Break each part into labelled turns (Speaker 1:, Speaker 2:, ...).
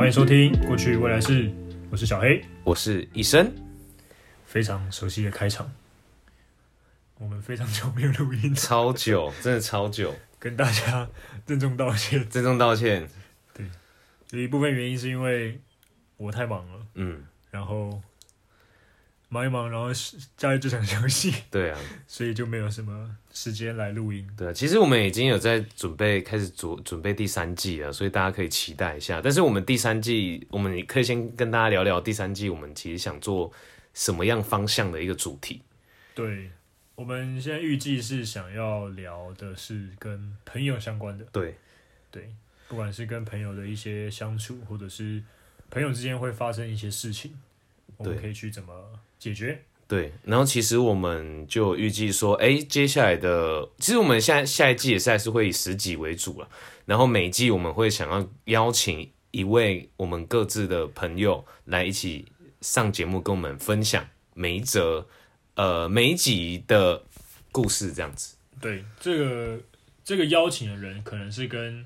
Speaker 1: 迎收听《过去未来式》，我是小黑。
Speaker 2: 我是医生，
Speaker 1: 非常熟悉的开场，我们非常久没有录音，
Speaker 2: 超久，真的超久，
Speaker 1: 跟大家郑重道歉。
Speaker 2: 郑重道歉。
Speaker 1: 有一部分原因是因为我太忙了，
Speaker 2: 嗯，
Speaker 1: 然后忙一忙，然后是假日就想休息，
Speaker 2: 对啊，
Speaker 1: 所以就没有什么时间来录音。
Speaker 2: 对啊。其实我们已经有在准备，开始准准备第三季了，所以大家可以期待一下。但是我们第三季，我们可以先跟大家聊聊第三季，我们其实想做什么样方向的一个主题。
Speaker 1: 对，我们现在预计是想要聊的是跟朋友相关的，
Speaker 2: 对，
Speaker 1: 对，不管是跟朋友的一些相处，或者是朋友之间会发生一些事情，我们
Speaker 2: 对
Speaker 1: 可以去怎么解决？
Speaker 2: 对，然后其实我们就预计说，哎，接下来的，其实我们下下一季也是还是会以十集为主了，然后每季我们会想要邀请一位我们各自的朋友来一起上节目，跟我们分享每一则呃每一集的故事，这样子。
Speaker 1: 对，这个这个邀请的人可能是跟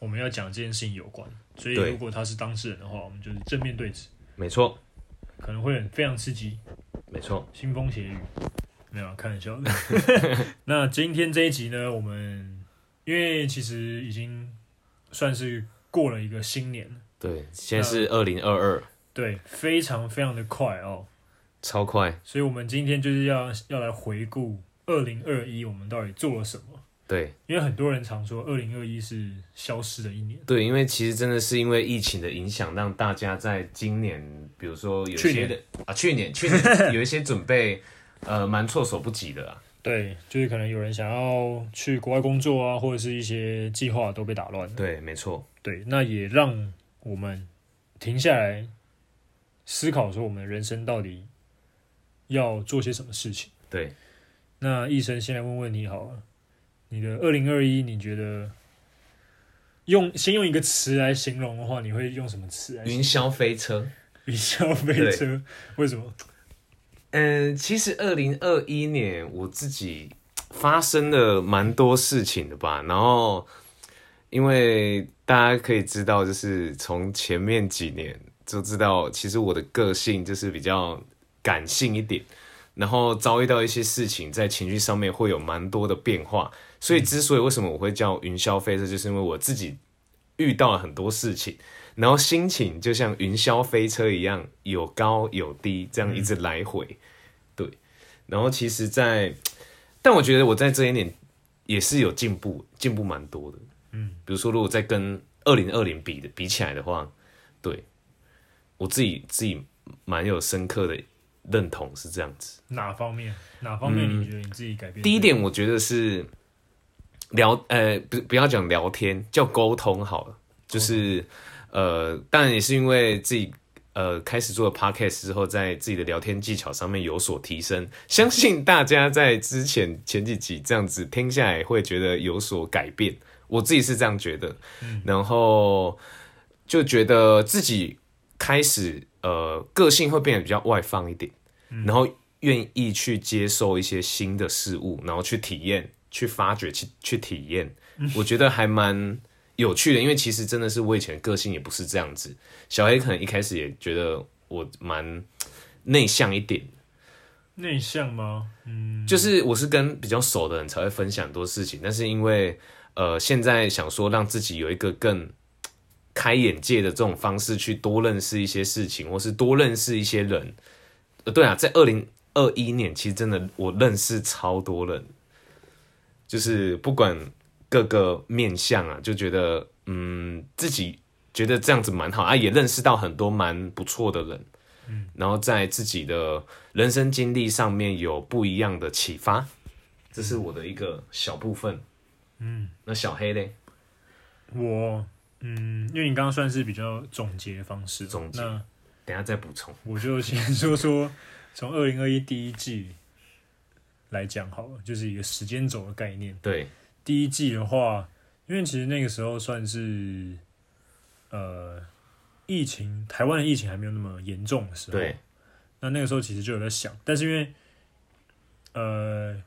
Speaker 1: 我们要讲这件事情有关，所以
Speaker 2: 对
Speaker 1: 如果他是当事人的话，我们就是正面对质，
Speaker 2: 没错，
Speaker 1: 可能会很非常刺激，
Speaker 2: 没错，
Speaker 1: 腥风血雨。没有啊，开玩笑 的。 那今天这一集呢，我们因为其实已经算是过了一个新年了，
Speaker 2: 对，现在是二零二二，
Speaker 1: 对，非常非常的快哦。
Speaker 2: 超快，
Speaker 1: 所以我们今天就是要要来回顾二零二一，我们到底做了什么？
Speaker 2: 对
Speaker 1: 因为很多人常说二零二一是消失的一年，
Speaker 2: 对，因为其实真的是因为疫情的影响，让大家在今年，比如说有
Speaker 1: 去
Speaker 2: 些
Speaker 1: 年
Speaker 2: 的啊，去年 去年有一些准备，呃，蛮措手不及的啊。
Speaker 1: 对，就是可能有人想要去国外工作啊，或者是一些计划都被打乱了，
Speaker 2: 对，没错，
Speaker 1: 对，那也让我们停下来思考说我们人生到底要做些什么事情。
Speaker 2: 对，
Speaker 1: 那医生先来问问你好了，你的二零二一，你觉得用先用一个词来形容的话，你会用什么词来形容
Speaker 2: 云霄飞车。
Speaker 1: 云霄飞车，为什么？
Speaker 2: 嗯，其实二零二一年我自己发生了蛮多事情的吧，然后因为大家可以知道，就是从前面几年就知道，其实我的个性就是比较感性一点，然后遭遇到一些事情，在情绪上面会有蛮多的变化，所以之所以为什么我会叫云霄飞车，就是因为我自己遇到了很多事情，然后心情就像云霄飞车一样，有高有低，这样一直来回。对，然后其实在，但我觉得我在这一年也是有进步，进步蛮多的。嗯，比如说，如果再跟二零二零比的比起来的话，对我自己自己蛮有深刻的认同是这样子。
Speaker 1: 哪方面？哪方面你觉得你自己改变？
Speaker 2: 嗯第一，点，我觉得是聊，呃，不，不要讲聊天，叫沟通好了。就是，呃，当然也是因为自己，呃，开始做 podcast 之后，在自己的聊天技巧上面有所提升。相信大家在之前前几集这样子听下来，会觉得有所改变。我自己是这样觉得，然后就觉得自己开始，呃，个性会变得比较外放一点。然后愿意去接受一些新的事物，然后去体验、去发掘、去去体验，我觉得还蛮有趣的。因为其实真的是我以前的个性也不是这样子，小黑可能一开始也觉得我蛮内向一点，
Speaker 1: 内向吗？嗯，
Speaker 2: 就是我是跟比较熟的人才会分享很多事情，但是因为呃现在想说让自己有一个更开眼界的这种方式去多认识一些事情，或是多认识一些人。呃，对啊，在二零二一年，其实真的我认识超多人，就是不管各个面相啊，就觉得嗯自己觉得这样子蛮好啊，也认识到很多蛮不错的人。然后在自己的人生经历上面有不一样的启发，这是我的一个小部分。嗯，那小黑嘞？
Speaker 1: 我，嗯，因为你刚刚算是比较总结方式，
Speaker 2: 总结
Speaker 1: 那
Speaker 2: 等一下再补充。
Speaker 1: 我就先说说从二零二一第一季来讲好了，就是一个时间轴的概念。
Speaker 2: 对
Speaker 1: 第一季的话，因为其实那个时候算是，呃，疫情台湾的疫情还没有那么严重的时候，
Speaker 2: 对
Speaker 1: 那那个时候其实就有在想，但是因为呃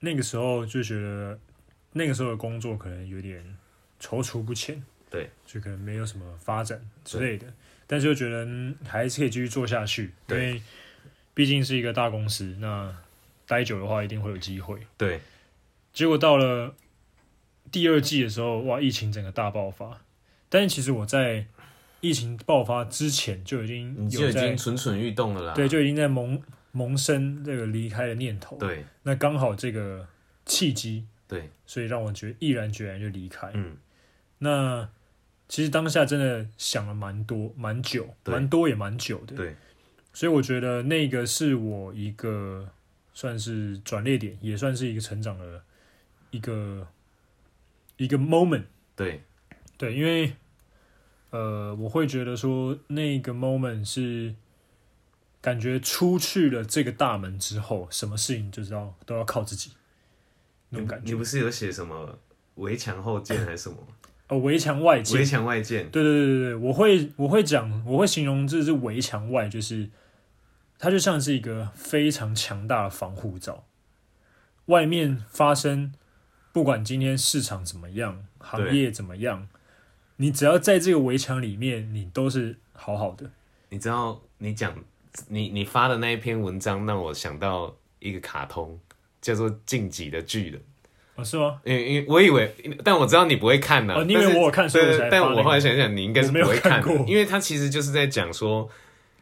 Speaker 1: 那个时候就觉得那个时候的工作可能有点踌躇不前，
Speaker 2: 对，
Speaker 1: 就可能没有什么发展之类的，但是又觉得嗯还是可以继续做下去，因
Speaker 2: 对
Speaker 1: 为毕竟是一个大公司，那待久的话一定会有机会。
Speaker 2: 对，
Speaker 1: 结果到了第二季的时候，哇，疫情整个大爆发。但是其实我在疫情爆发之前就已经
Speaker 2: 你就
Speaker 1: 有
Speaker 2: 已
Speaker 1: 在
Speaker 2: 经蠢蠢欲动了啦。
Speaker 1: 对，就已经在萌萌生这个离开的念头。，
Speaker 2: 对
Speaker 1: 那刚好这个契机，
Speaker 2: 对，
Speaker 1: 所以让我觉毅然决然就离开。
Speaker 2: 嗯，
Speaker 1: 那其实当下真的想了蛮多、蛮久、
Speaker 2: 对
Speaker 1: 蛮多也蛮久的。
Speaker 2: 嗯对，
Speaker 1: 所以我觉得那个是我一个算是转捩点，也算是一个成长的一个一个 moment。
Speaker 2: 对，
Speaker 1: 对，因为呃，我会觉得说那个 moment 是感觉出去了这个大门之后，什么事情就是要都要靠自己那种感
Speaker 2: 你
Speaker 1: 觉。
Speaker 2: 不是有写什么围墙后见还是 什么
Speaker 1: 呃，围墙外界
Speaker 2: 围，墙外见？
Speaker 1: 对对对对对，我会我会讲，我会形容这是围墙外，就是它就像是一个非常强大的防护罩，外面发生，不管今天市场怎么样，行
Speaker 2: 对
Speaker 1: 业怎么样，你只要在这个围墙里面，你都是好好的。
Speaker 2: 你知道你讲你你发的那一篇文章让我想到一个卡通，叫做《晋级的巨人》。
Speaker 1: 哦，是吗？
Speaker 2: 因为因为我以为，但我知道你不会看呢、
Speaker 1: 哦你以为
Speaker 2: 但是
Speaker 1: 我有看所以我
Speaker 2: 对
Speaker 1: 才发
Speaker 2: 对，但
Speaker 1: 那个
Speaker 2: 我后来想想，你应该是不会看
Speaker 1: 我没有看
Speaker 2: 的，
Speaker 1: 过
Speaker 2: 因为它其实就是在讲说，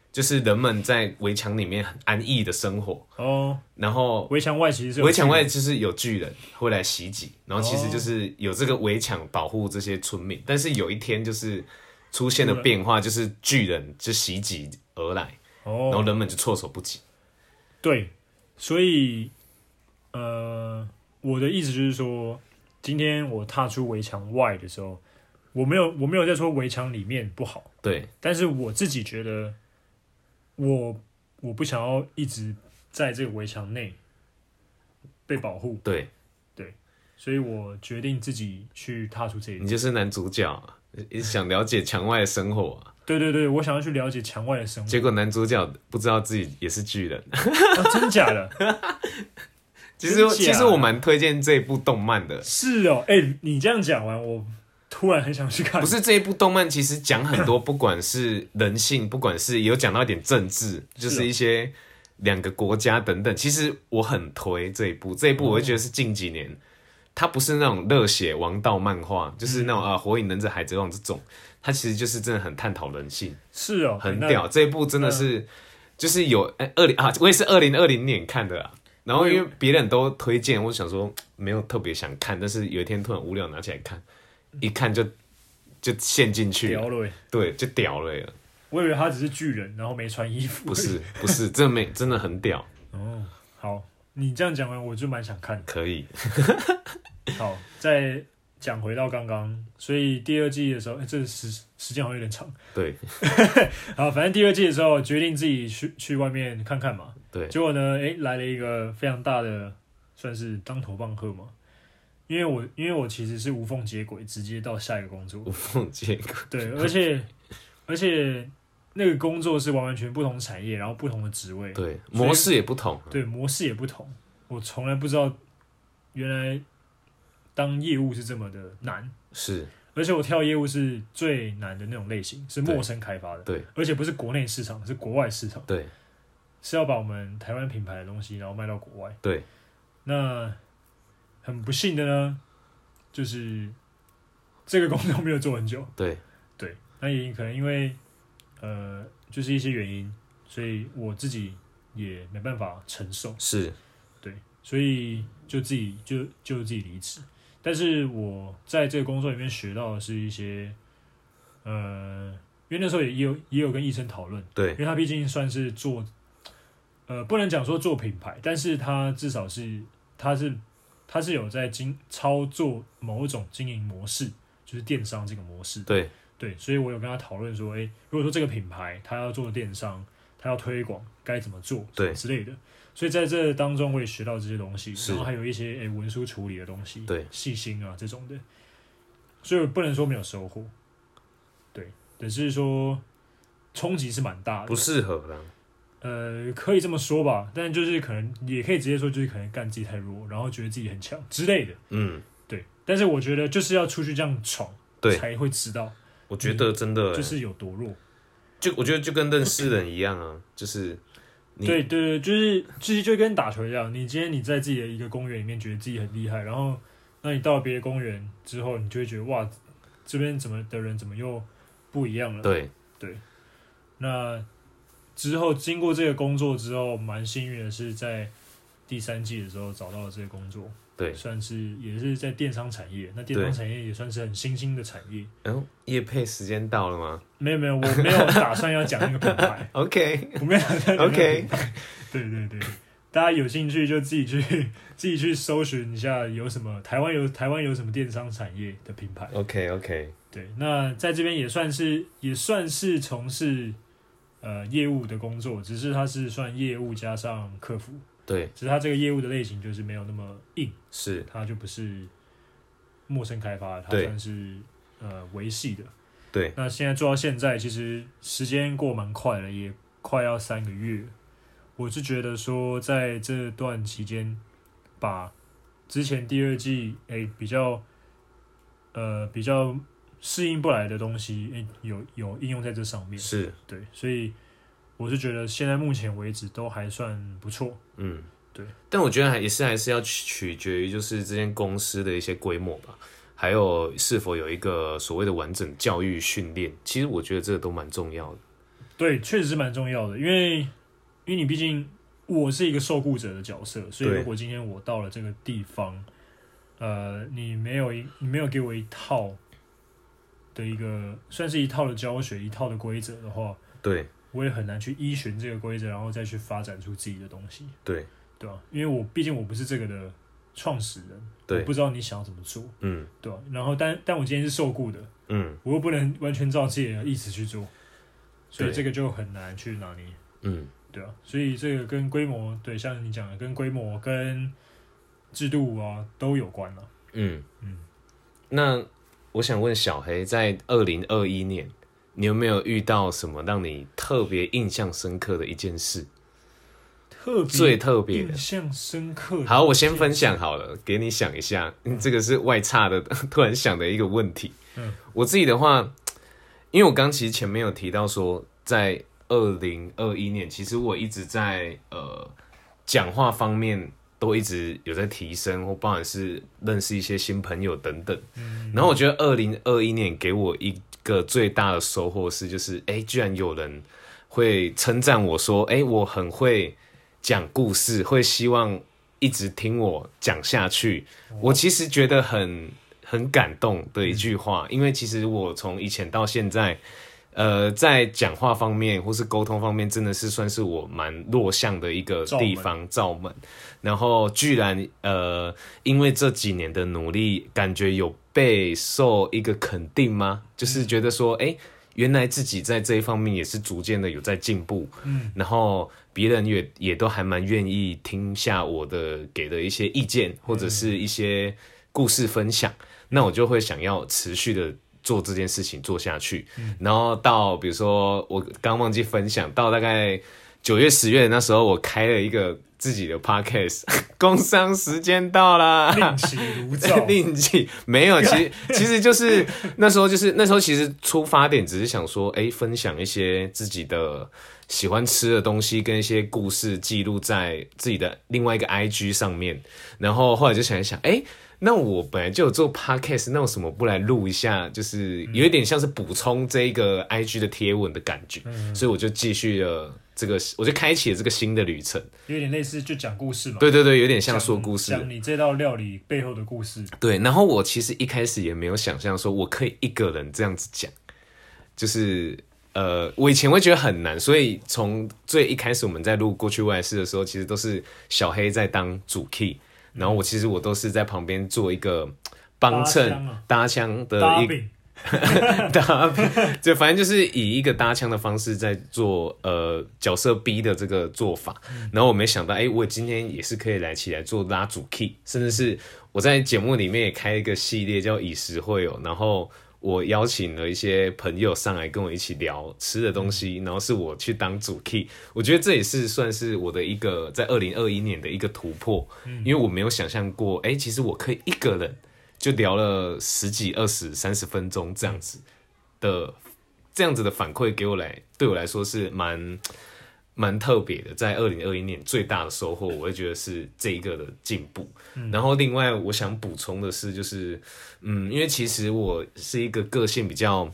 Speaker 2: 就是人们在围墙里面很安逸的生活，
Speaker 1: 哦，
Speaker 2: 然后
Speaker 1: 围墙外其实是有哦
Speaker 2: 围墙
Speaker 1: 距
Speaker 2: 外就是有巨人会来袭击，然后其实就是有这个围墙保护这些村民，但是有一天就是出现了变化，就是巨人就袭击而来，
Speaker 1: 离
Speaker 2: 然后
Speaker 1: 哦，
Speaker 2: 人们就措手不及。
Speaker 1: 对，所以呃，我的意思就是说，今天我踏出围墙外的时候，我没有我没有在说围墙里面不好。
Speaker 2: 对
Speaker 1: 但是我自己觉得我，我不想要一直在这个围墙内被保护，
Speaker 2: 对，
Speaker 1: 所以我决定自己去踏出这一
Speaker 2: 你
Speaker 1: 步。
Speaker 2: 就是男主角啊、想了解墙外的生活啊、
Speaker 1: 对对对，我想要去了解墙外的生活，
Speaker 2: 结果男主角不知道自己也是巨 人。
Speaker 1: 啊、真假的？
Speaker 2: 其实
Speaker 1: 真假
Speaker 2: 其实我蛮推荐这一部动漫 的，
Speaker 1: 是哦，哎、你这样讲完，我突然很想去看。
Speaker 2: 不是这一部动漫其实讲很多，不管是人性，不管是有讲到一点政
Speaker 1: 哦
Speaker 2: 治，就是一些两个国家等等。其实我很推这一部，这一
Speaker 1: 嗯
Speaker 2: 部我会觉得是近几年，它不是那种热血王道漫画，就是
Speaker 1: 嗯
Speaker 2: 那种啊火影忍者、海贼王这种，它其实就是真的很探讨人性，
Speaker 1: 是哦，
Speaker 2: 很
Speaker 1: 那嗯
Speaker 2: 屌。这一部真的是就是有哎二零啊，我也是二零二零年看的啦。然后因为别人都推荐，我想说没有特别想看，但是有一天突然无聊拿起来看，一看就就陷进去了
Speaker 1: 屌，了耶！欸
Speaker 2: 对，就屌了耶，
Speaker 1: 我以为他只是巨人，然后没穿衣服。
Speaker 2: 不是不是，这没真的很屌，
Speaker 1: 哦， 好，你这样讲完，我就蛮想看的。
Speaker 2: 可以，
Speaker 1: 好，再讲回到刚刚，所以第二季的时候，欸、这时时间好像有点长。
Speaker 2: 对
Speaker 1: 好，反正第二季的时候决定自己去去外面看看嘛。
Speaker 2: 对
Speaker 1: 结果呢，诶，来了一个非常大的，算是当头棒喝嘛。因为我因为我其实是无缝接轨，直接到下一个工作
Speaker 2: 无。缝接轨，
Speaker 1: 对，而且而且那个工作是完完全不同产业，然后不同的职位，
Speaker 2: 对，模式也不同，啊
Speaker 1: 对模式也不同。我从来不知道原来当业务是这么的难。
Speaker 2: 是
Speaker 1: 而且我跳业务是最难的那种类型，是陌生开发的，
Speaker 2: 对
Speaker 1: 而且不是国内市场，是国外市场，
Speaker 2: 对
Speaker 1: 是要把我们台湾品牌的东西，然后卖到国外。
Speaker 2: 对，
Speaker 1: 那很不幸的呢，就是这个工作没有做很久，
Speaker 2: 对
Speaker 1: 对，那也可能因为呃，就是一些原因，所以我自己也没办法承受，
Speaker 2: 是，
Speaker 1: 对，所以就自己就就自己离职。但是我在这个工作里面学到的是一些，呃，因为那时候也也有也有跟医生讨论，
Speaker 2: 对
Speaker 1: 因为他毕竟算是做，呃，不能讲说做品牌，但是他至少是他是他是有在经操作某种经营模式，就是电商这个模式，
Speaker 2: 对
Speaker 1: 对，所以我有跟他讨论说，诶，如果说这个品牌他要做电商，他要推广，该怎么做，
Speaker 2: 对
Speaker 1: 之类的。所以在这当中，我也学到这些东西，
Speaker 2: 是
Speaker 1: 然后还有一些诶文书处理的东西，
Speaker 2: 对
Speaker 1: 细心啊这种的。所以我不能说没有收获，对，只是说冲击是蛮大
Speaker 2: 不
Speaker 1: 的，
Speaker 2: 适合啦，
Speaker 1: 呃，可以这么说吧。但就是可能也可以直接说，就是可能干自己太弱，然后觉得自己很强之类的，
Speaker 2: 嗯，
Speaker 1: 对。但是我觉得就是要出去这样闯，
Speaker 2: 对
Speaker 1: 才会知道
Speaker 2: 我觉得真的欸、
Speaker 1: 就是有多弱。
Speaker 2: 就我觉得就跟认识人一样啊，就是你
Speaker 1: 对对对，就是就是就跟打球一样，你今天你在自己的一个公园里面觉得自己很厉害，然后那你到别的公园之后，你就会觉得哇，这边怎么的人怎么又不一样了？
Speaker 2: 对
Speaker 1: 那之后经过这个工作之后，蛮幸运的是在第三季的时候找到了这个工作，
Speaker 2: 对，
Speaker 1: 算是也是在电商产业。那电商
Speaker 2: 对
Speaker 1: 产业也算是很新兴的产业。
Speaker 2: 然后哎夜配时间到了吗，
Speaker 1: 没有没有，我没有打算要讲那个品牌
Speaker 2: ？OK
Speaker 1: 我没有打算讲那个品
Speaker 2: OK，
Speaker 1: 牌 对对对，大家有兴趣就自己去自己去搜寻一下，有什么台湾有台湾有什么电商产业的品牌。
Speaker 2: OK OK，
Speaker 1: 对，那在这边也算是也算是从事呃业务的工作，只是它是算业务加上客服，
Speaker 2: 对，
Speaker 1: 只是它这个业务的类型就是没有那么硬，
Speaker 2: 是
Speaker 1: 它就不是陌生开发，它
Speaker 2: 对
Speaker 1: 算是呃维系的。
Speaker 2: 对，
Speaker 1: 那现在做到现在，其实时间过蛮快了，也快要三个月。我是觉得说，在这段期间，把之前第二季诶、比较呃比较适应不来的东西，诶、有有应用在这上面，
Speaker 2: 是，
Speaker 1: 对，所以我是觉得现在目前为止都还算不错。
Speaker 2: 嗯，
Speaker 1: 对。
Speaker 2: 但我觉得还也是还是要取取决于就是这间公司的一些规模吧，还有是否有一个所谓的完整教育训练。其实我觉得这个都蛮重要的。
Speaker 1: 对，确实是蛮重要的，因为因为你毕竟我是一个受雇者的角色，所以
Speaker 2: 对
Speaker 1: 如果今天我到了这个地方，呃，你没有一你没有给我一套的一个算是一套的教学，一套的规则的话，
Speaker 2: 对
Speaker 1: 我也很难去依循这个规则，然后再去发展出自己的东西，
Speaker 2: 对
Speaker 1: 对吧、因为我毕竟我不是这个的创始人，我
Speaker 2: 对
Speaker 1: 不，知道你想要怎么做，
Speaker 2: 嗯
Speaker 1: 对吧、然后但但我今天是受雇的，
Speaker 2: 嗯
Speaker 1: 我又不能完全照自己的意思去做，所以
Speaker 2: 对
Speaker 1: 这个就很难去拿捏。
Speaker 2: 嗯，
Speaker 1: 对啊，所以这个跟规模，对，像你讲的，跟规模、跟制度啊都有关了、
Speaker 2: 嗯
Speaker 1: 嗯，
Speaker 2: 那我想问小黑，在二零二一年，你有没有遇到什么让你特别印象深刻的一件事？
Speaker 1: 特别
Speaker 2: 最特别的
Speaker 1: 印。象深刻的。
Speaker 2: 好，我先分享好了，给你想一下，嗯这个是外差的， 突然想的一个问题。
Speaker 1: 嗯
Speaker 2: 我自己的话，因为我刚其实前面有提到说，在二零二一年，其实我一直在呃讲话方面都一直有在提升，或不管是认识一些新朋友等等。然后我觉得二零二一年给我一个最大的收获是，就是哎、诶居然有人会称赞我说，哎、我很会讲故事，会希望一直听我讲下去。我其实觉得很很感动的一句话，因为其实我从以前到现在。呃，在讲话方面或是沟通方面，真的是算是我蛮弱项的一个
Speaker 1: 罩门
Speaker 2: 地方罩门。然后居然呃，因为这几年的努力，感觉有备受一个肯定吗？就是觉得说，哎、原来自己在这一方面也是逐渐的有在进步，嗯，然后别人也也都还蛮愿意听下我的给的一些意见或者是一些故事分享，那我就会想要持续的做这件事情做下去，然后到比如说我刚忘记分享到大概九月十月那时候，我开了一个自己的 podcast，工 商时间到啦，
Speaker 1: 另起炉 灶，
Speaker 2: 另计没有，其 实其实就是那时候，就是那时候，其实出发点只是想说，哎、分享一些自己的喜欢吃的东西跟一些故事，记录在自己的另外一个 IG 上面。然后后来就想一想，哎、那我本来就有做 podcast，那我什么不来录一下？就是有一点像是补充这一个 IG 的贴文的感觉，
Speaker 1: 嗯
Speaker 2: 所以我就继续了这个，我就开启了这个新的旅程。
Speaker 1: 有点类似就讲故事嘛。
Speaker 2: 对对对，有点
Speaker 1: 讲，
Speaker 2: 像说故事的
Speaker 1: 讲你这道料理背后的故事。
Speaker 2: 对，然后我其实一开始也没有想象说我可以一个人这样子讲，就是呃，我以前会觉得很难，所以从最一开始我们在录过去外事的时候，其实都是小黑在当主 key，然后我其实我都是在旁边做一个帮
Speaker 1: 搭腔
Speaker 2: 衬
Speaker 1: 啊
Speaker 2: 搭腔的
Speaker 1: 搭
Speaker 2: 呃一
Speaker 1: 饼，
Speaker 2: 搭配，啊就反正就是以一个搭腔的方式在做呃角色 B 的这个做法。然后我没想到，哎、我今天也是可以来起来做拉主 key，甚至是我在节目里面也开一个系列叫以食会友，然后。我邀请了一些朋友上来跟我一起聊吃的东西，然后是我去当主 key，我觉得这也是算是我的一个在二零二一年的一个突破，因为我没有想象过，哎、其实我可以一个人就聊了十几、二十、三十分钟这样子的，这样子的反馈给我来，对我来说是蛮蛮特别的。在二零二一年最大的收获，我会觉得是这一个的进步。然后另外我想补充的是，就是嗯，因为其实我是一个个性比较。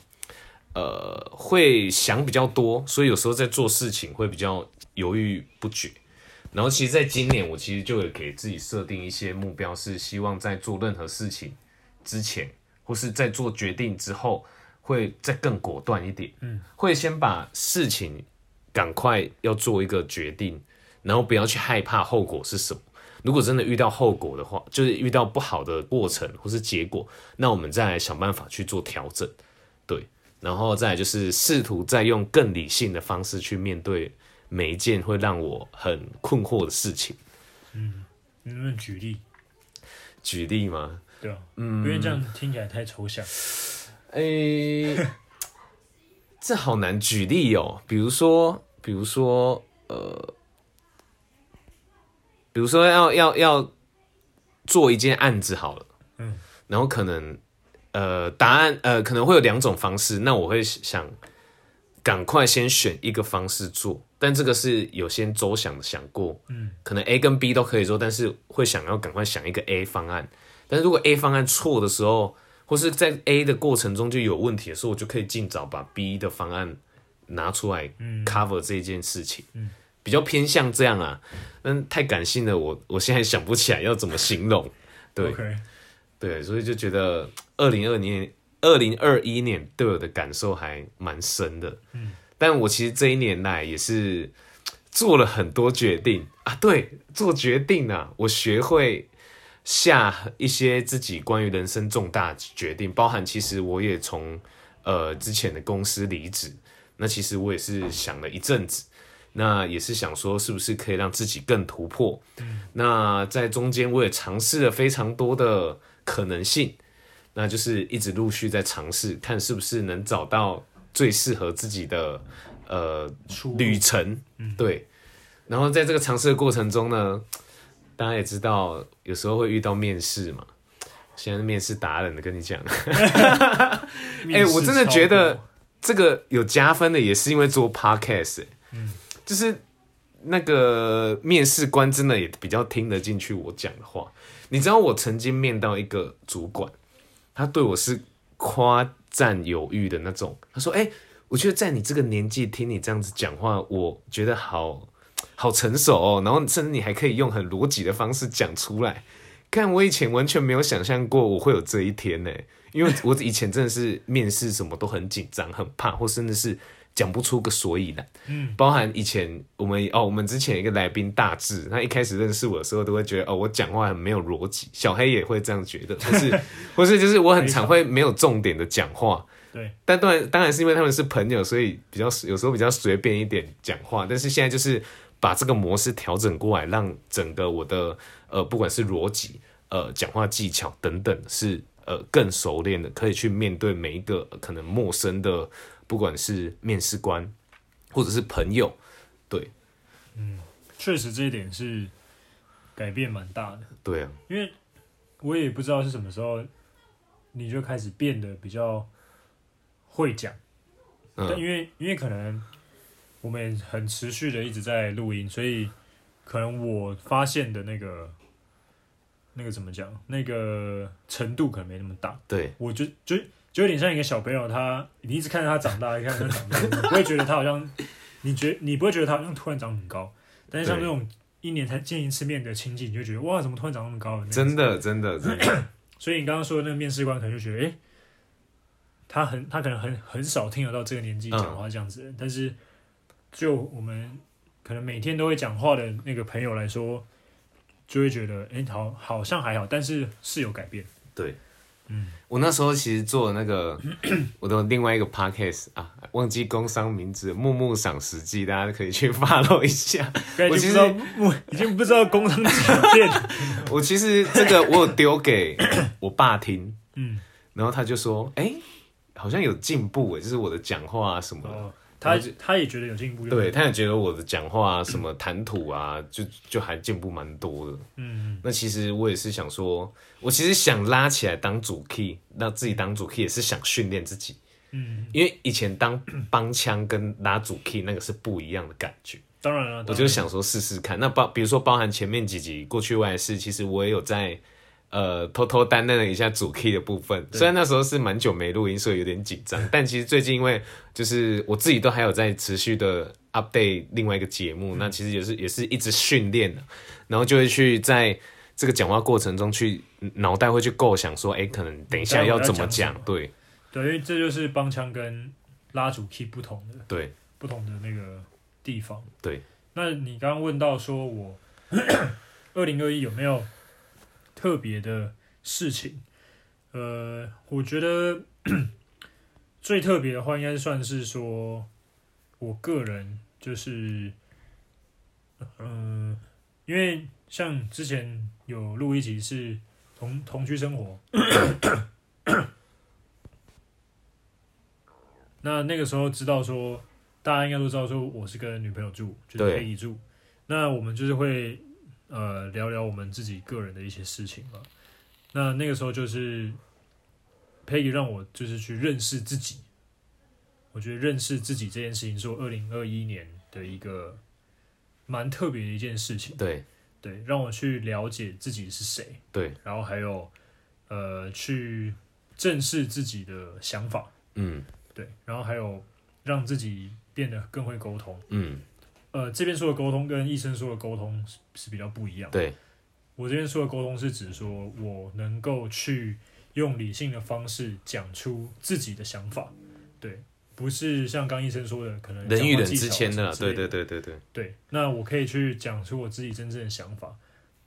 Speaker 2: 呃，会想比较多，所以有时候在做事情会比较犹豫不决。然后，其实，在今年我其实就有给自己设定一些目标，是希望在做任何事情之前，或是在做决定之后，会再更果断一点。嗯，会先把事情赶快要做一个决定，然后不要去害怕后果是什么。如果真的遇到后果的话，就是遇到不好的过程或是结果，那我们再来想办法去做调整。对，然后再来就是试图再用更理性的方式去面对每一件会让我很困惑的事情。
Speaker 1: 你能不能举例？
Speaker 2: 举例吗？
Speaker 1: 对啊，嗯，因为这样听起来太抽象。
Speaker 2: 诶、 这好难举例哦。比如说，比如说，呃，比如说要要要做一件案子好了，
Speaker 1: 嗯，
Speaker 2: 然后可能呃答案呃可能会有两种方式，那我会想赶快先选一个方式做，但这个是有先周详的想过，嗯，可能 A 跟 B 都可以做，但是会想要赶快想一个 A 方案，但是如果 A 方案错的时候，或是在 A 的过程中就有问题的时候，我就可以尽早把 B 的方案拿出来 cover 这件事情，比较偏向这样啊。但太感性了，我我现在想不起来要怎么形容。对哎
Speaker 1: OK，
Speaker 2: 对，所以就觉得二零二年、二零二一年对我的感受还蛮深的。嗯，但我其实这一年来也是做了很多决定啊，对，做决定啊，我学会下一些自己关于人生重大决定，包含其实我也从呃之前的公司离职，那其实我也是想了一阵子。那也是想说，是不是可以让自己更突破？那在中间我也尝试了非常多的可能性，那就是一直陆续在尝试，看是不是能找到最适合自己的呃
Speaker 1: 出路
Speaker 2: 旅程。对，然后在这个尝试的过程中呢，大家也知道，有时候会遇到面试嘛。现在面试达人的跟你讲，哎、
Speaker 1: 面试
Speaker 2: 我真的觉
Speaker 1: 超
Speaker 2: 得
Speaker 1: 过
Speaker 2: 这个有加分的，也是因为做 podcast，、欸、就是那个面试官真的也比较听得进去我讲的话。你知道我曾经面到一个主管，他对我是夸赞有余的那种，他说：“哎、我觉得在你这个年纪听你这样子讲话，我觉得好好成熟哦，然后甚至你还可以用很逻辑的方式讲出来。”看，我以前完全没有想象过我会有这一天呢、因为我以前真的是面试什么都很紧张、很怕，或甚至是讲不出个所以然。嗯，包含以前我们哦，我们之前有一个来宾大志，他一开始认识我的时候都会觉得哦，我讲话很没有逻辑，小黑也会这样觉得，或是或是就是我很常会没有重点的讲话。
Speaker 1: 对，
Speaker 2: 但当然当然是因为他们是朋友，所以比较有时候比较随便一点讲话。但是现在就是把这个模式调整过来，让整个我的呃不管是逻辑、呃讲话技巧等等是呃更熟练的，可以去面对每一个呃可能陌生的，不管是面试官或者是朋友，对
Speaker 1: 确实这一点是改变蛮大的，
Speaker 2: 对啊，
Speaker 1: 因为我也不知道是什么时候你就开始变得比较会讲，但
Speaker 2: 嗯
Speaker 1: 因为因为可能我们也很持续的一直在录音，所以可能我发现的那个那个怎么讲，那个程度可能没那么大，
Speaker 2: 对
Speaker 1: 我就就就有点像一个小朋友，他你一直看着他长大，一直看着他长大，你不会觉得他好像，你觉你不会觉得他好像突然长很高，但是像这种一年才见一次面的亲戚，你就觉得哇，怎么突然长那么高了？
Speaker 2: 真，的真的真的
Speaker 1: 所以你刚刚说的那个面试官可能就觉得，诶，他很他可能很很少听得到这个年纪讲
Speaker 2: 嗯
Speaker 1: 话这样子的人，但是就我们可能每天都会讲话的那个朋友来说，就会觉得，诶，好好像还好，但是是有改变，
Speaker 2: 对。我那时候其实做那个我的另外一个 podcast 啊，忘记工商名字，木木赏食记，大家可以去 follow 一下。
Speaker 1: 我
Speaker 2: 我
Speaker 1: 已经不知
Speaker 2: 其实
Speaker 1: 道，我已经不知道工商酒店。
Speaker 2: 我其实这个我有丢给我爸听，
Speaker 1: 嗯，
Speaker 2: 然后他就说，哎、好像有进步诶，就是我的讲话啊什么 的。
Speaker 1: 哦，他
Speaker 2: 我就
Speaker 1: 他也觉得有进步，
Speaker 2: 对，他也觉得我的讲话啊、什么谈吐啊，就就还进步蛮多的。
Speaker 1: 嗯，
Speaker 2: 那其实我也是想说，我其实想拉起来当主 key，让自己当主 key 也是想训练自己。
Speaker 1: 嗯，
Speaker 2: 因为以前当帮腔跟拉主 key 那个是不一样的感觉，
Speaker 1: 当然了，
Speaker 2: 我
Speaker 1: 当然
Speaker 2: 就想说试试看。那包比如说包含前面几集过去外事，其实我也有在呃偷偷担任了一下主 key 的部分。虽然那时候是蛮久没录音，所以有点紧张， 但其实最近因为就是我自己都还有在持续的 update 另外一个节目，
Speaker 1: 嗯
Speaker 2: 那其实也是也是一直训练的，然后就会去在。这个讲话过程中去，脑袋会去构想说，哎，可能等一下
Speaker 1: 待会
Speaker 2: 要
Speaker 1: 要
Speaker 2: 怎么
Speaker 1: 讲什
Speaker 2: 讲
Speaker 1: 么？
Speaker 2: 对
Speaker 1: 对，因为这就是帮腔跟拉主 key 不同的
Speaker 2: 对，
Speaker 1: 不同的那个地方。
Speaker 2: 对，
Speaker 1: 那你刚刚问到说我 二零二一有没有特别的事情？呃，我觉得 最特别的话，应该算是说我个人就是，嗯、因为像之前有录一集是同同居生活。那那个时候知道说，大家应该都知道说我是跟女朋友住，就是
Speaker 2: 对
Speaker 1: 可以住。那我们就是会呃聊聊我们自己个人的一些事情嘛。那那个时候就是 Peggy 让我就是去认识自己，我觉得认识自己这件事情是我二零二一年的一个蛮特别的一件事情。
Speaker 2: 对
Speaker 1: 对，让我去了解自己是谁，
Speaker 2: 对，
Speaker 1: 然后还有呃去正视自己的想法，
Speaker 2: 嗯
Speaker 1: 对，然后还有让自己变得更会沟通。
Speaker 2: 嗯，
Speaker 1: 呃，这边说的沟通跟医生说的沟通是是比较不一样。
Speaker 2: 对
Speaker 1: 我这边说的沟通是指说我能够去用理性的方式讲出自己的想法，对，不是像刚医生说的可能
Speaker 2: 人与
Speaker 1: 讲话
Speaker 2: 人
Speaker 1: 技
Speaker 2: 之
Speaker 1: 巧啊
Speaker 2: 间的啦，
Speaker 1: 什么之
Speaker 2: 对
Speaker 1: 类
Speaker 2: 对对对对
Speaker 1: 对，那我可以去讲出我自己真正的想法，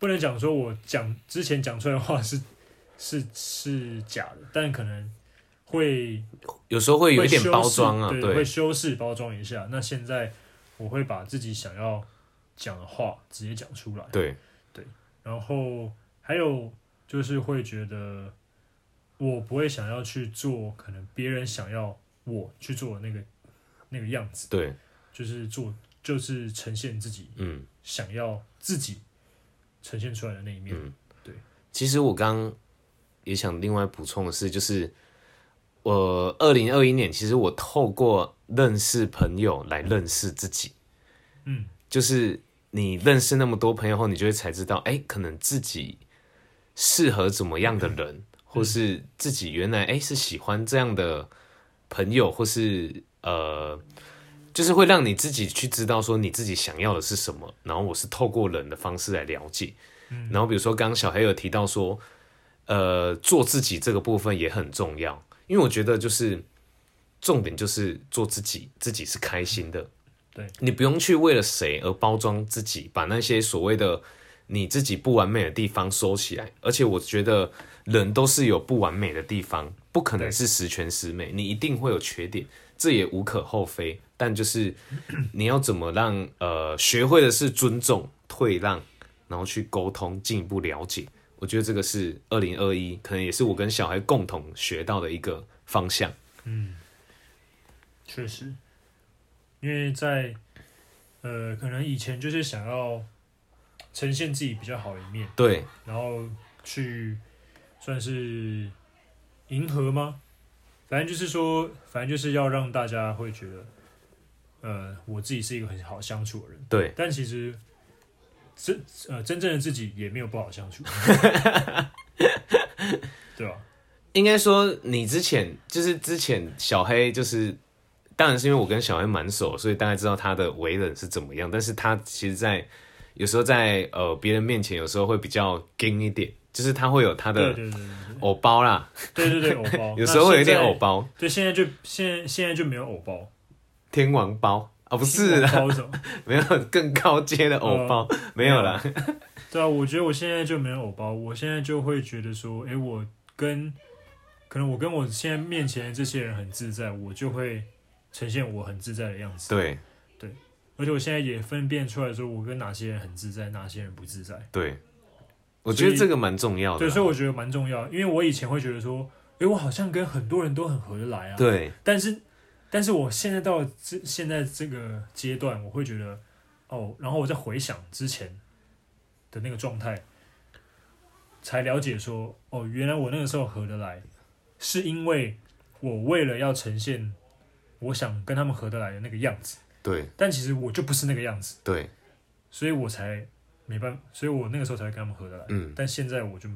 Speaker 1: 不能讲说我讲之前讲出来的话是是是假的，但可能会
Speaker 2: 有时候会有一
Speaker 1: 会
Speaker 2: 点
Speaker 1: 修饰
Speaker 2: 包装啊，
Speaker 1: 对，
Speaker 2: 对
Speaker 1: 会修饰包装一下。那现在我会把自己想要讲的话直接讲出来，
Speaker 2: 对
Speaker 1: 然后还有就是会觉得我不会想要去做可能别人想要我去做的那个那个样子，
Speaker 2: 对，
Speaker 1: 就是做就是呈现自己
Speaker 2: 嗯
Speaker 1: 想要自己呈现出来的那一面。
Speaker 2: 嗯，
Speaker 1: 对。
Speaker 2: 其实我刚刚也想另外补充的是，就是我二零二一年，其实我透过认识朋友来认识自己，
Speaker 1: 嗯，
Speaker 2: 就是你认识那么多朋友后，你就会才知道，哎、可能自己适合怎么样的人，或是自己原来哎、是喜欢这样的朋友，或是呃，就是会让你自己去知道说你自己想要的是什么。然后我是透过人的方式来了解，然后比如说刚刚小黑有提到说，呃，做自己这个部分也很重要，因为我觉得就是重点就是做自己，自己是开心的。
Speaker 1: 对，
Speaker 2: 你不用去为了谁而包装自己，把那些所谓的你自己不完美的地方收起来。而且我觉得人都是有不完美的地方，不可能
Speaker 1: 对
Speaker 2: 是十全十美，你一定会有缺点，这也无可厚非。但就是你要怎么让呃学会的是尊重、退让，然后去沟通、进一步了解。我觉得这个是二零二一，可能也是我跟小孩共同学到的一个方向。
Speaker 1: 确实，因为在呃，可能以前就是想要呈现自己比较好的一面，
Speaker 2: 对
Speaker 1: 然后去算是迎合吗？反正就是说，反正就是要让大家会觉得，呃，我自己是一个很好相处的人。
Speaker 2: 对，
Speaker 1: 但其实真呃真正的自己也没有不好相处，对吧？
Speaker 2: 应该说你之前就是之前小黑就是，当然是因为我跟小黑蛮熟，所以大概知道他的为人是怎么样。但是他其实在，有时候在呃别人面前，有时候会比较硬一点，就是他会有他
Speaker 1: 对
Speaker 2: 的
Speaker 1: 对对对
Speaker 2: 偶包啦，
Speaker 1: 对对对，偶包
Speaker 2: 有时候会有一点
Speaker 1: 那现在
Speaker 2: 偶包，
Speaker 1: 对，现在就现在现在就没有偶包，
Speaker 2: 天王包啊，不是
Speaker 1: 偶
Speaker 2: 啦，
Speaker 1: 包是什么？
Speaker 2: 没有更高阶的偶包，
Speaker 1: 哦
Speaker 2: 没有啦，
Speaker 1: 对啊，我觉得我现在就没有偶包，我现在就会觉得说，诶，我跟可能我跟我现在面前的这些人很自在，我就会呈现我很自在的样子。
Speaker 2: 对
Speaker 1: 而且我现在也分辨出来说，我跟哪些人很自在，哪些人不自在。
Speaker 2: 对，我觉得这个蛮重要的
Speaker 1: 对，
Speaker 2: 啦，
Speaker 1: 所以我觉得蛮重要，因为我以前会觉得说，诶，我好像跟很多人都很合得来啊。。
Speaker 2: 对
Speaker 1: 但是但是我现在到这现在这个阶段，我会觉得哦，然后我再回想之前的那个状态，才了解说哦，原来我那个时候合得来，是因为我为了要呈现我想跟他们合得来的那个样子，
Speaker 2: 对
Speaker 1: 但其实我就不是那个样子，
Speaker 2: 对，
Speaker 1: 所以我才没办法，所以我那个时候才会跟他们合得来，
Speaker 2: 嗯
Speaker 1: 但现在我就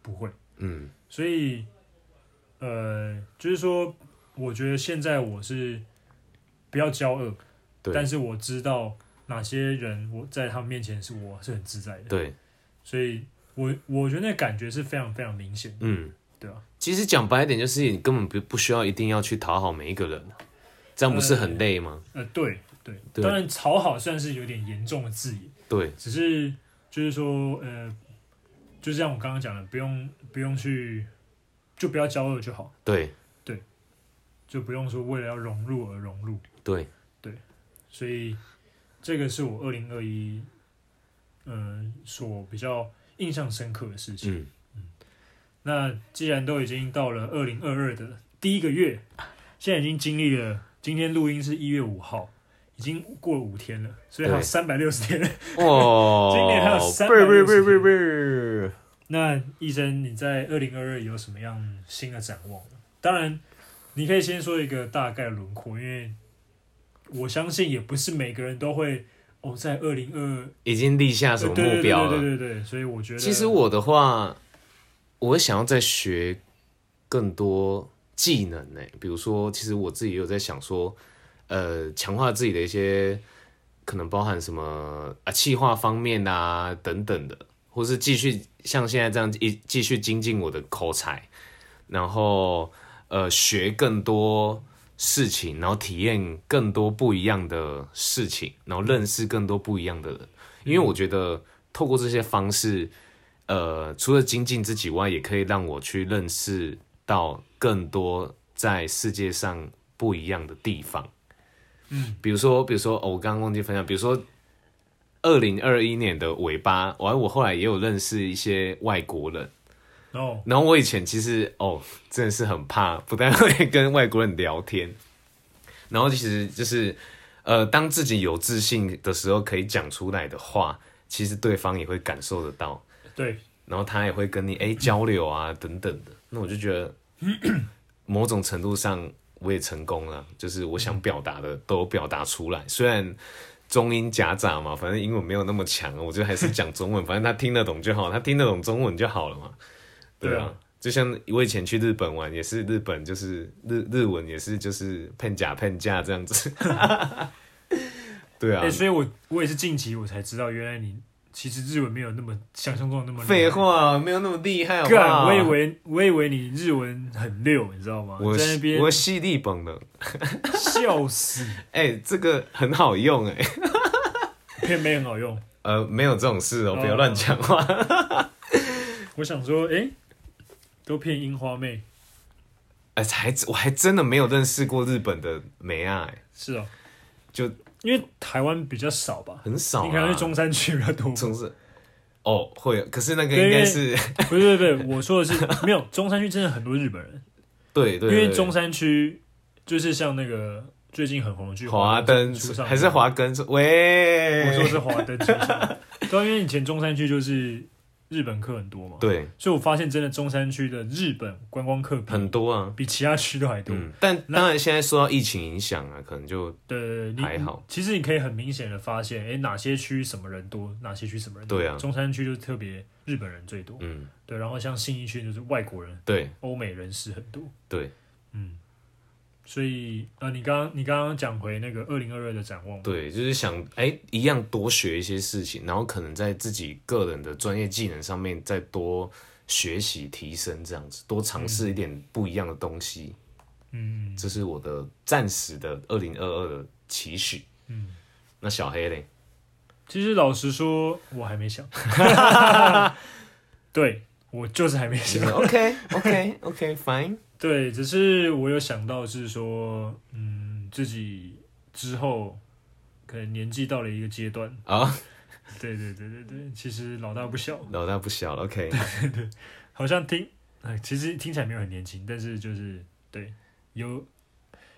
Speaker 1: 不会。
Speaker 2: 嗯
Speaker 1: 所以，呃，就是说，我觉得现在我是不要骄傲，
Speaker 2: 对
Speaker 1: 但是我知道哪些人我在他们面前是我是很自在的，
Speaker 2: 对，
Speaker 1: 所以我我觉得那感觉是非常非常明显的，
Speaker 2: 嗯，
Speaker 1: 对啊，
Speaker 2: 其实讲白一点，就是你根本不不需要一定要去讨好每一个人，啊这样不是很累吗？
Speaker 1: 呃，对对，
Speaker 2: 对
Speaker 1: 当然讨好算是有点严重的字眼，
Speaker 2: 对
Speaker 1: 只是就是说，呃，就像我刚刚讲的，不用不用去，就不要骄傲就好，
Speaker 2: 对
Speaker 1: 就不用说为了要融入而融入，
Speaker 2: 对，
Speaker 1: 所以这个是我二零二一，嗯，所比较印象深刻的事情。
Speaker 2: 嗯，
Speaker 1: 那既然都已经到了二零二二的第一个月，现在已经经历了，今天录音是一月五号，已经过了五天了，所以还有
Speaker 2: 对
Speaker 1: 三百六十天。
Speaker 2: 哦，
Speaker 1: 今年还有
Speaker 2: 不
Speaker 1: 360
Speaker 2: 是不是不是不是不是
Speaker 1: 那医生，你在二零二二有什么样新的展望呢？当然，你可以先说一个大概轮廓，因为我相信也不是每个人都会哦，在二零二
Speaker 2: 已经立下什么目
Speaker 1: 对
Speaker 2: 标了？
Speaker 1: 对对对对对，所以我觉得
Speaker 2: 其实我的话，我想要再学更多技能呢、比如说，其实我自己也有在想说，呃，强化自己的一些可能包含什么啊，气化方面啊等等的，或是继续像现在这样一继续精进我的口才，然后呃学更多事情，然后体验更多不一样的事情，然后认识更多不一样的人，因为我觉得透过这些方式，呃，除了精进自己外，也可以让我去认识到更多在世界上不一样的地方。嗯，比如说，比如说，哦、我刚刚忘记分享，比如说，二零二一年的尾巴，完我后来也有认识一些外国人。
Speaker 1: 然后
Speaker 2: 然后我以前其实哦，真的是很怕，不太会跟外国人聊天。然后其实就是，呃，当自己有自信的时候，可以讲出来的话，其实对方也会感受得到，
Speaker 1: 对
Speaker 2: 然后他也会跟你
Speaker 1: 嗯
Speaker 2: 哎、交流啊等等的。那我就觉得，某种程度上我也成功了，就是我想表达的都有表达出
Speaker 1: 嗯
Speaker 2: 来，虽然。中英夹杂嘛，反正英文没有那么强，我就还是讲 中文，反正他听得懂就好，他听得懂中文就好了嘛。对
Speaker 1: 对
Speaker 2: 啊
Speaker 1: 啊，
Speaker 2: 就像我以前去日本玩，也是日本就是日日文也是就是骗假骗假这 样子。对啊
Speaker 1: 哎、，所以我我也是近期我才知道，原来你其实日文没有那么想象中的那么厉害
Speaker 2: 废。话没有那么厉害好不
Speaker 1: 干，
Speaker 2: 好？
Speaker 1: 我以为我以为你日文很溜，你知道吗？
Speaker 2: 我
Speaker 1: 在那边
Speaker 2: 我系日本的，
Speaker 1: 笑死，
Speaker 2: 哎、这个很好用哎、
Speaker 1: 偏没很好用。
Speaker 2: 呃，没有这种事哦、不要
Speaker 1: 哦
Speaker 2: 乱讲话。
Speaker 1: 我想说，哎、都骗樱花妹，
Speaker 2: 哎、还我还真的没有认识过日本的美啊、哎
Speaker 1: 是哦，
Speaker 2: 就
Speaker 1: 因为台湾比较少吧，
Speaker 2: 很少、啊。
Speaker 1: 你可能去中山区比较多。
Speaker 2: 从事哦会，可是那个
Speaker 1: 对
Speaker 2: 应该
Speaker 1: 因为
Speaker 2: 是
Speaker 1: 不是不是，不是我说的是没有中山区真的很多日本人，
Speaker 2: 对对
Speaker 1: 因为
Speaker 2: 对
Speaker 1: 中山区就是像那个最近很红的剧《
Speaker 2: 华灯
Speaker 1: 初上》，
Speaker 2: 还是华灯初喂，
Speaker 1: 我说是华灯初上， 对啊，因为以前中山区就是日本客很多嘛，，
Speaker 2: 对，
Speaker 1: 所以我发现真的中山区的日本观光客比
Speaker 2: 很多啊。
Speaker 1: 比其他区都还多。
Speaker 2: 嗯，但当然现在受到疫情影响啊，可能就
Speaker 1: 对对对，你
Speaker 2: 还好。
Speaker 1: 其实你可以很明显的发现，哎，哪些区什么人多，哪些区什么人多。
Speaker 2: 对啊
Speaker 1: 中山区就特别日本人最多，
Speaker 2: 嗯，
Speaker 1: 对，然后像信义区就是外国人、
Speaker 2: 对
Speaker 1: 欧美人士很多。
Speaker 2: 对
Speaker 1: 嗯，所以呃，你刚刚你刚刚讲回那个二零二二的展望，
Speaker 2: 对，就是想哎、一样多学一些事情，然后可能在自己个人的专业技能上面再多学习提升，这样子多尝试一点不一样的东西，
Speaker 1: 嗯，
Speaker 2: 这是我的暂时的二零二二的期许。
Speaker 1: 嗯，
Speaker 2: 那小黑 嘞，
Speaker 1: 其实老实说，我还没 想，对我就是还没想，
Speaker 2: OK OK OK Fine，
Speaker 1: 对，只是我有想到是说，嗯，自己之后可能年纪到了一个阶段，
Speaker 2: 啊，
Speaker 1: 对对对对对，其实老大不小，
Speaker 2: 老大不小了 ，OK，
Speaker 1: 嗯好像听，哎，其实听起来没有很年轻，但是就是对，有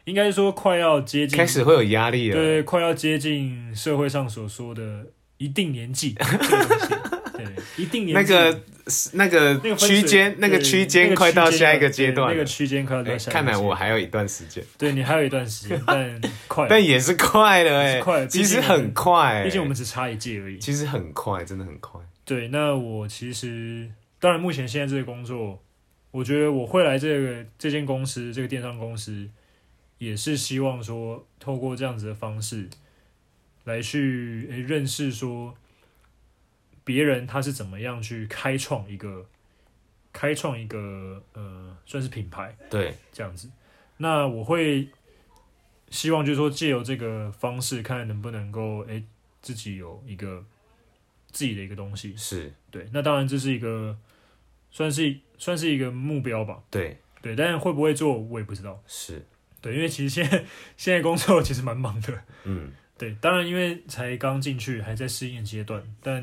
Speaker 1: 应该说快要接近
Speaker 2: 开始会有压力了。
Speaker 1: 对，快要接近社会上所说的一定年纪这个 东西，对，一定年
Speaker 2: 那
Speaker 1: 纪
Speaker 2: 个那
Speaker 1: 那
Speaker 2: 个
Speaker 1: 个分
Speaker 2: 区
Speaker 1: 水
Speaker 2: 间，那个
Speaker 1: 对
Speaker 2: 区间快到下一个阶段
Speaker 1: 对那个。
Speaker 2: 了
Speaker 1: 区间快要
Speaker 2: 哎
Speaker 1: 到下一个阶段。
Speaker 2: 看来我还有一段时间，
Speaker 1: 对你还有一段时 间，但快了，
Speaker 2: 但也是快了
Speaker 1: 也
Speaker 2: 哎
Speaker 1: 是快，了
Speaker 2: 其
Speaker 1: 毕
Speaker 2: 实
Speaker 1: 竟我们
Speaker 2: 很快哎，
Speaker 1: 毕竟我们只差一届而已。
Speaker 2: 其实很快，真的很快。
Speaker 1: 对，那我其实当然，目前现在这个工作，我觉得我会来这个这间公司，这个电商公司，也是希望说透过这样子的方式，来去诶认识说别人他是怎么样去开创一个开创一个呃算是品牌
Speaker 2: 对，
Speaker 1: 这样子。那我会希望就是说借由这个方式，看能不能够诶自己有一个自己的一个东西。
Speaker 2: 是，
Speaker 1: 对，那当然这是一个算是算是一个目标吧。
Speaker 2: 对，
Speaker 1: 对，但是会不会做我也不知道。
Speaker 2: 是，
Speaker 1: 对，因为其实现在现在工作其实蛮忙的。
Speaker 2: 嗯，
Speaker 1: 对，当然因为才刚进去，还在适应阶段，但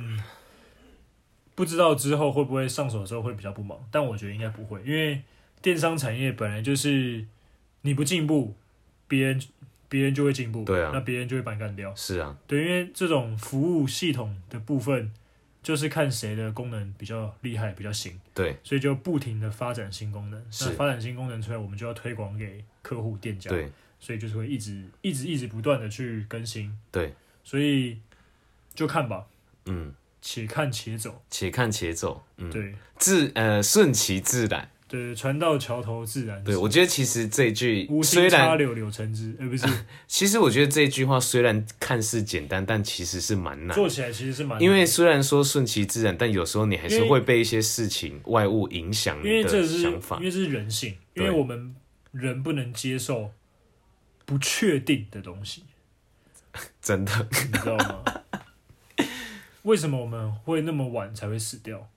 Speaker 1: 不知道之后会不会上手之后会比较不忙。但我觉得应该不会，因为电商产业本来就是你不进步，别人别人就会进步，
Speaker 2: 对啊
Speaker 1: 那别人就会把你干掉。
Speaker 2: 是啊，
Speaker 1: 对，因为这种服务系统的部分，就是看谁的功能比较厉害、比较行，
Speaker 2: 对，
Speaker 1: 所以就不停的发展新功能。那
Speaker 2: 是
Speaker 1: 发展新功能出来，我们就要推广给客户、店家，
Speaker 2: 对，
Speaker 1: 所以就是会一直、一直、一直不断的去更新。
Speaker 2: 对，
Speaker 1: 所以就看吧，
Speaker 2: 嗯，
Speaker 1: 且看且走。
Speaker 2: 且看且走，嗯，
Speaker 1: 对
Speaker 2: 自呃顺其自然。
Speaker 1: 对，船到桥头自然
Speaker 2: 对，
Speaker 1: 直。
Speaker 2: 我觉得其实这一句
Speaker 1: 无
Speaker 2: 虽
Speaker 1: 心插
Speaker 2: 然，
Speaker 1: 柳柳橙汁，哎、 不是，
Speaker 2: 其实我觉得这一句话虽然看似简单，但其实是蛮难的。
Speaker 1: 做起来其实是蛮难的，
Speaker 2: 因为虽然说顺其自然，但有时候你还是
Speaker 1: 因为
Speaker 2: 会被一些事情外物影响
Speaker 1: 因为
Speaker 2: 你
Speaker 1: 这
Speaker 2: 的
Speaker 1: 是
Speaker 2: 想法
Speaker 1: 因。为这是人性，因
Speaker 2: 对
Speaker 1: 为我们人不能接受不确定的东西，
Speaker 2: 真的，
Speaker 1: 你知道 吗？为什么我们会那么晚才会死掉？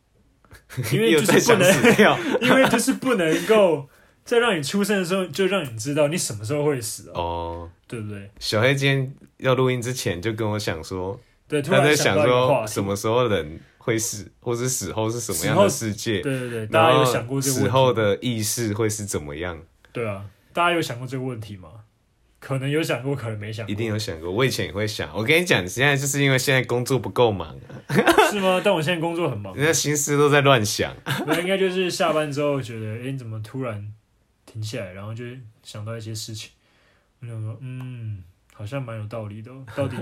Speaker 1: 因为
Speaker 2: 又
Speaker 1: 就
Speaker 2: 在
Speaker 1: 是不能，
Speaker 2: 想死掉
Speaker 1: 因为就是不能够在让你出生的时候就让你知道你什么时候会死啊，
Speaker 2: 哦。
Speaker 1: 对不对？
Speaker 2: 小黑今天要录音之前就跟我想说，
Speaker 1: 对，突
Speaker 2: 他在
Speaker 1: 然
Speaker 2: 想
Speaker 1: 到一个
Speaker 2: 说
Speaker 1: 话
Speaker 2: 什
Speaker 1: 题，
Speaker 2: 么时候人会死，或是死后是什么样
Speaker 1: 死后
Speaker 2: 的世界
Speaker 1: 对，对对，
Speaker 2: 然
Speaker 1: 大家
Speaker 2: 后
Speaker 1: 有想过这个
Speaker 2: 死
Speaker 1: 问
Speaker 2: 后
Speaker 1: 题？
Speaker 2: 的意识会是怎么样？
Speaker 1: 对啊，大家有想过这个问题吗？可能有想过，可能没想过，
Speaker 2: 一定有想过。我以前也会想，我跟你讲，现在就是因为现在工作不够忙，
Speaker 1: 是吗？但我现在工作很 忙，
Speaker 2: 人家心思都在乱想。
Speaker 1: 那应该就是下班之后觉得，哎、你怎么突然停下来，然后就想到一些事情，我想说，嗯，好像蛮有道理的哦、到 底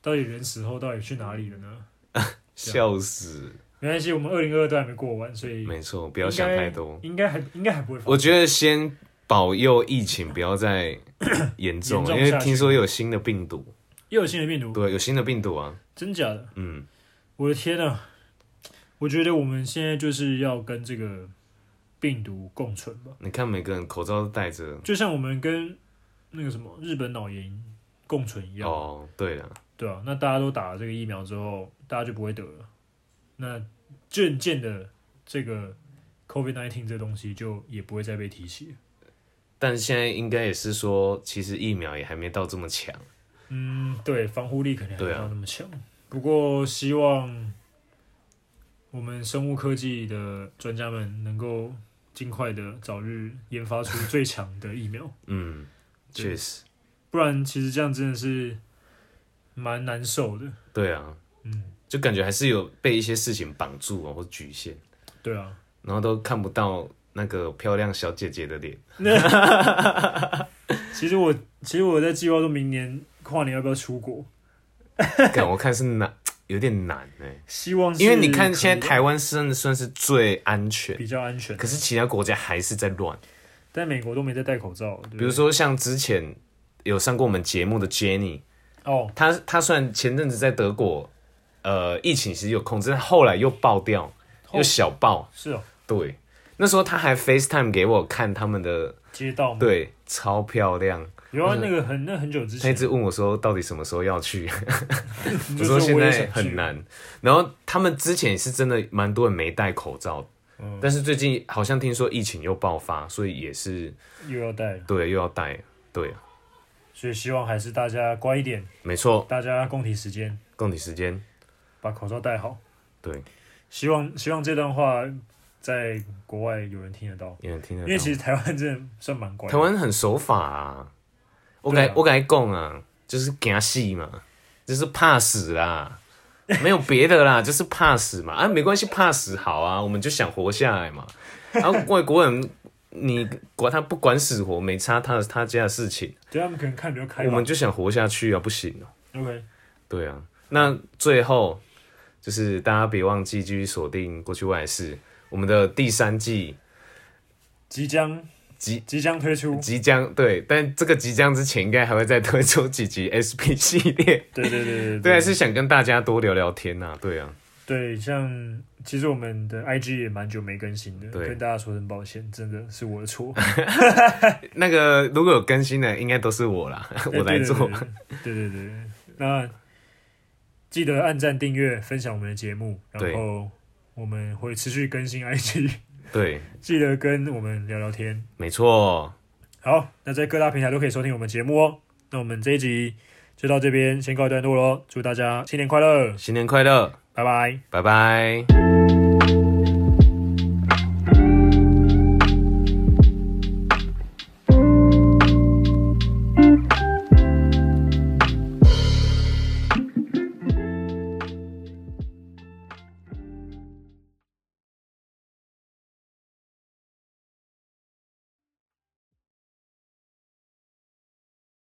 Speaker 1: 到底人死后到底去哪里了呢？
Speaker 2: 笑死，
Speaker 1: 没关系，我们二零二都还没过完，所以
Speaker 2: 没错，不要想
Speaker 1: 应该
Speaker 2: 太多。
Speaker 1: 应该还应该还不会发
Speaker 2: 我觉得先保佑疫情不 要再严重，啊
Speaker 1: 严重下
Speaker 2: 因
Speaker 1: 去
Speaker 2: 为听说有新的病毒，
Speaker 1: 又有新的病毒，
Speaker 2: 对，有新的病毒啊，
Speaker 1: 真假的？
Speaker 2: 嗯，
Speaker 1: 我的天啊！我觉得我们现在就是要跟这个病毒共存吧，
Speaker 2: 你看每个人口罩都戴着。
Speaker 1: 就像我们跟那个什么日本脑炎共存一样。
Speaker 2: 哦，对了，
Speaker 1: 对啊，那大家都打了这个疫苗之后，大家就不会得了。那渐渐的，这个 COVID nineteen 这东西就也不会再被提起。
Speaker 2: 但现在应该也是说，其实疫苗也还没到这么强，
Speaker 1: 嗯，对，防护力可能还没
Speaker 2: 对啊
Speaker 1: 有那么强。不过希望我们生物科技的专家们能够尽快的早日研发出最强的疫苗，
Speaker 2: 嗯，
Speaker 1: 对
Speaker 2: 确实，
Speaker 1: 不然其实这样真的是蛮难受的。
Speaker 2: 对啊，
Speaker 1: 嗯，
Speaker 2: 就感觉还是有被一些事情绑住啊、或局限，
Speaker 1: 对啊，
Speaker 2: 然后都看不到那个漂亮小姐姐的脸，
Speaker 1: 那其实我其实我在计划说明年跨年要不要出国，
Speaker 2: 看我看是难，有点难哎、
Speaker 1: 希望是
Speaker 2: 因为你看现
Speaker 1: 可
Speaker 2: 在
Speaker 1: 以
Speaker 2: 台湾算算是最安全，
Speaker 1: 比较安全，
Speaker 2: 可是其他国家还是在乱。
Speaker 1: 但美国都没在戴口罩，对不对
Speaker 2: 比如说像之前有上过我们节目的 Jenny，
Speaker 1: 哦，
Speaker 2: 她她虽然前阵子在德国，呃，疫情其实有控制，但后来又爆掉，又小爆。
Speaker 1: 是哦，
Speaker 2: 对，那时候她还 FaceTime 给我看他们的，
Speaker 1: 街道嘛，
Speaker 2: 对，超漂亮。
Speaker 1: 有啊，那个很那很久之
Speaker 2: 她一
Speaker 1: 前，
Speaker 2: 直问我说，到底什么时候要去？
Speaker 1: 你就
Speaker 2: 我哎说现
Speaker 1: 我也
Speaker 2: 在
Speaker 1: 想去
Speaker 2: 很，难。然后他们之前也是真的蛮多人没戴口罩，
Speaker 1: 嗯
Speaker 2: 但是最近好像听说疫情又爆发，所以也是
Speaker 1: 又要戴了，
Speaker 2: 对又要戴，对，
Speaker 1: 所以希望还是大家乖一点，
Speaker 2: 没错，
Speaker 1: 大家共体时间，
Speaker 2: 共体时间，
Speaker 1: 把口罩戴好。
Speaker 2: 对，
Speaker 1: 希望希望这段话在国外有人听得到，
Speaker 2: 有人听得
Speaker 1: 因
Speaker 2: 到。
Speaker 1: 为其实台湾真的算蛮乖的，
Speaker 2: 台湾很守法啊，我
Speaker 1: 对啊
Speaker 2: 该我该讲啊，就是惊死嘛，就是怕死啦，没有别的啦，就是怕死嘛。啊，没关系，怕死好啊，我们就想活下来嘛。然、后外国人，你管他不管死活，没差他他家的事情，
Speaker 1: 对他们可能看比较开
Speaker 2: 我
Speaker 1: 吧
Speaker 2: 们。就想活下去啊，不行哦、
Speaker 1: OK，
Speaker 2: 对啊，那最后就是大家别忘记继续锁定过去外事，我们的第三季
Speaker 1: 即将
Speaker 2: 即
Speaker 1: 即将推出，
Speaker 2: 即将对，但这个即将之前应该还会再推出几集 SP 系列。
Speaker 1: 对对对对
Speaker 2: 对啊，还是想跟大家多聊聊天呐、对啊，
Speaker 1: 对，像其实我们的 IG 也蛮久没更新的，
Speaker 2: 对
Speaker 1: 跟大家说声抱歉，真的是我的错，
Speaker 2: 那个如果有更新的，应该都是我啦， 我来做。
Speaker 1: 哎对。对对对对对，那记得按赞、订阅、分享我们的节目，然
Speaker 2: 对
Speaker 1: 后我们会持续更新 IG，
Speaker 2: 对，
Speaker 1: 记得跟我们聊聊天。
Speaker 2: 没错，
Speaker 1: 好，那在各大平台都可以收听我们节目哦。那我们这一集就到这边，先告一段落喽。祝大家新年快乐，
Speaker 2: 新年快乐，
Speaker 1: 拜拜。
Speaker 2: 拜拜。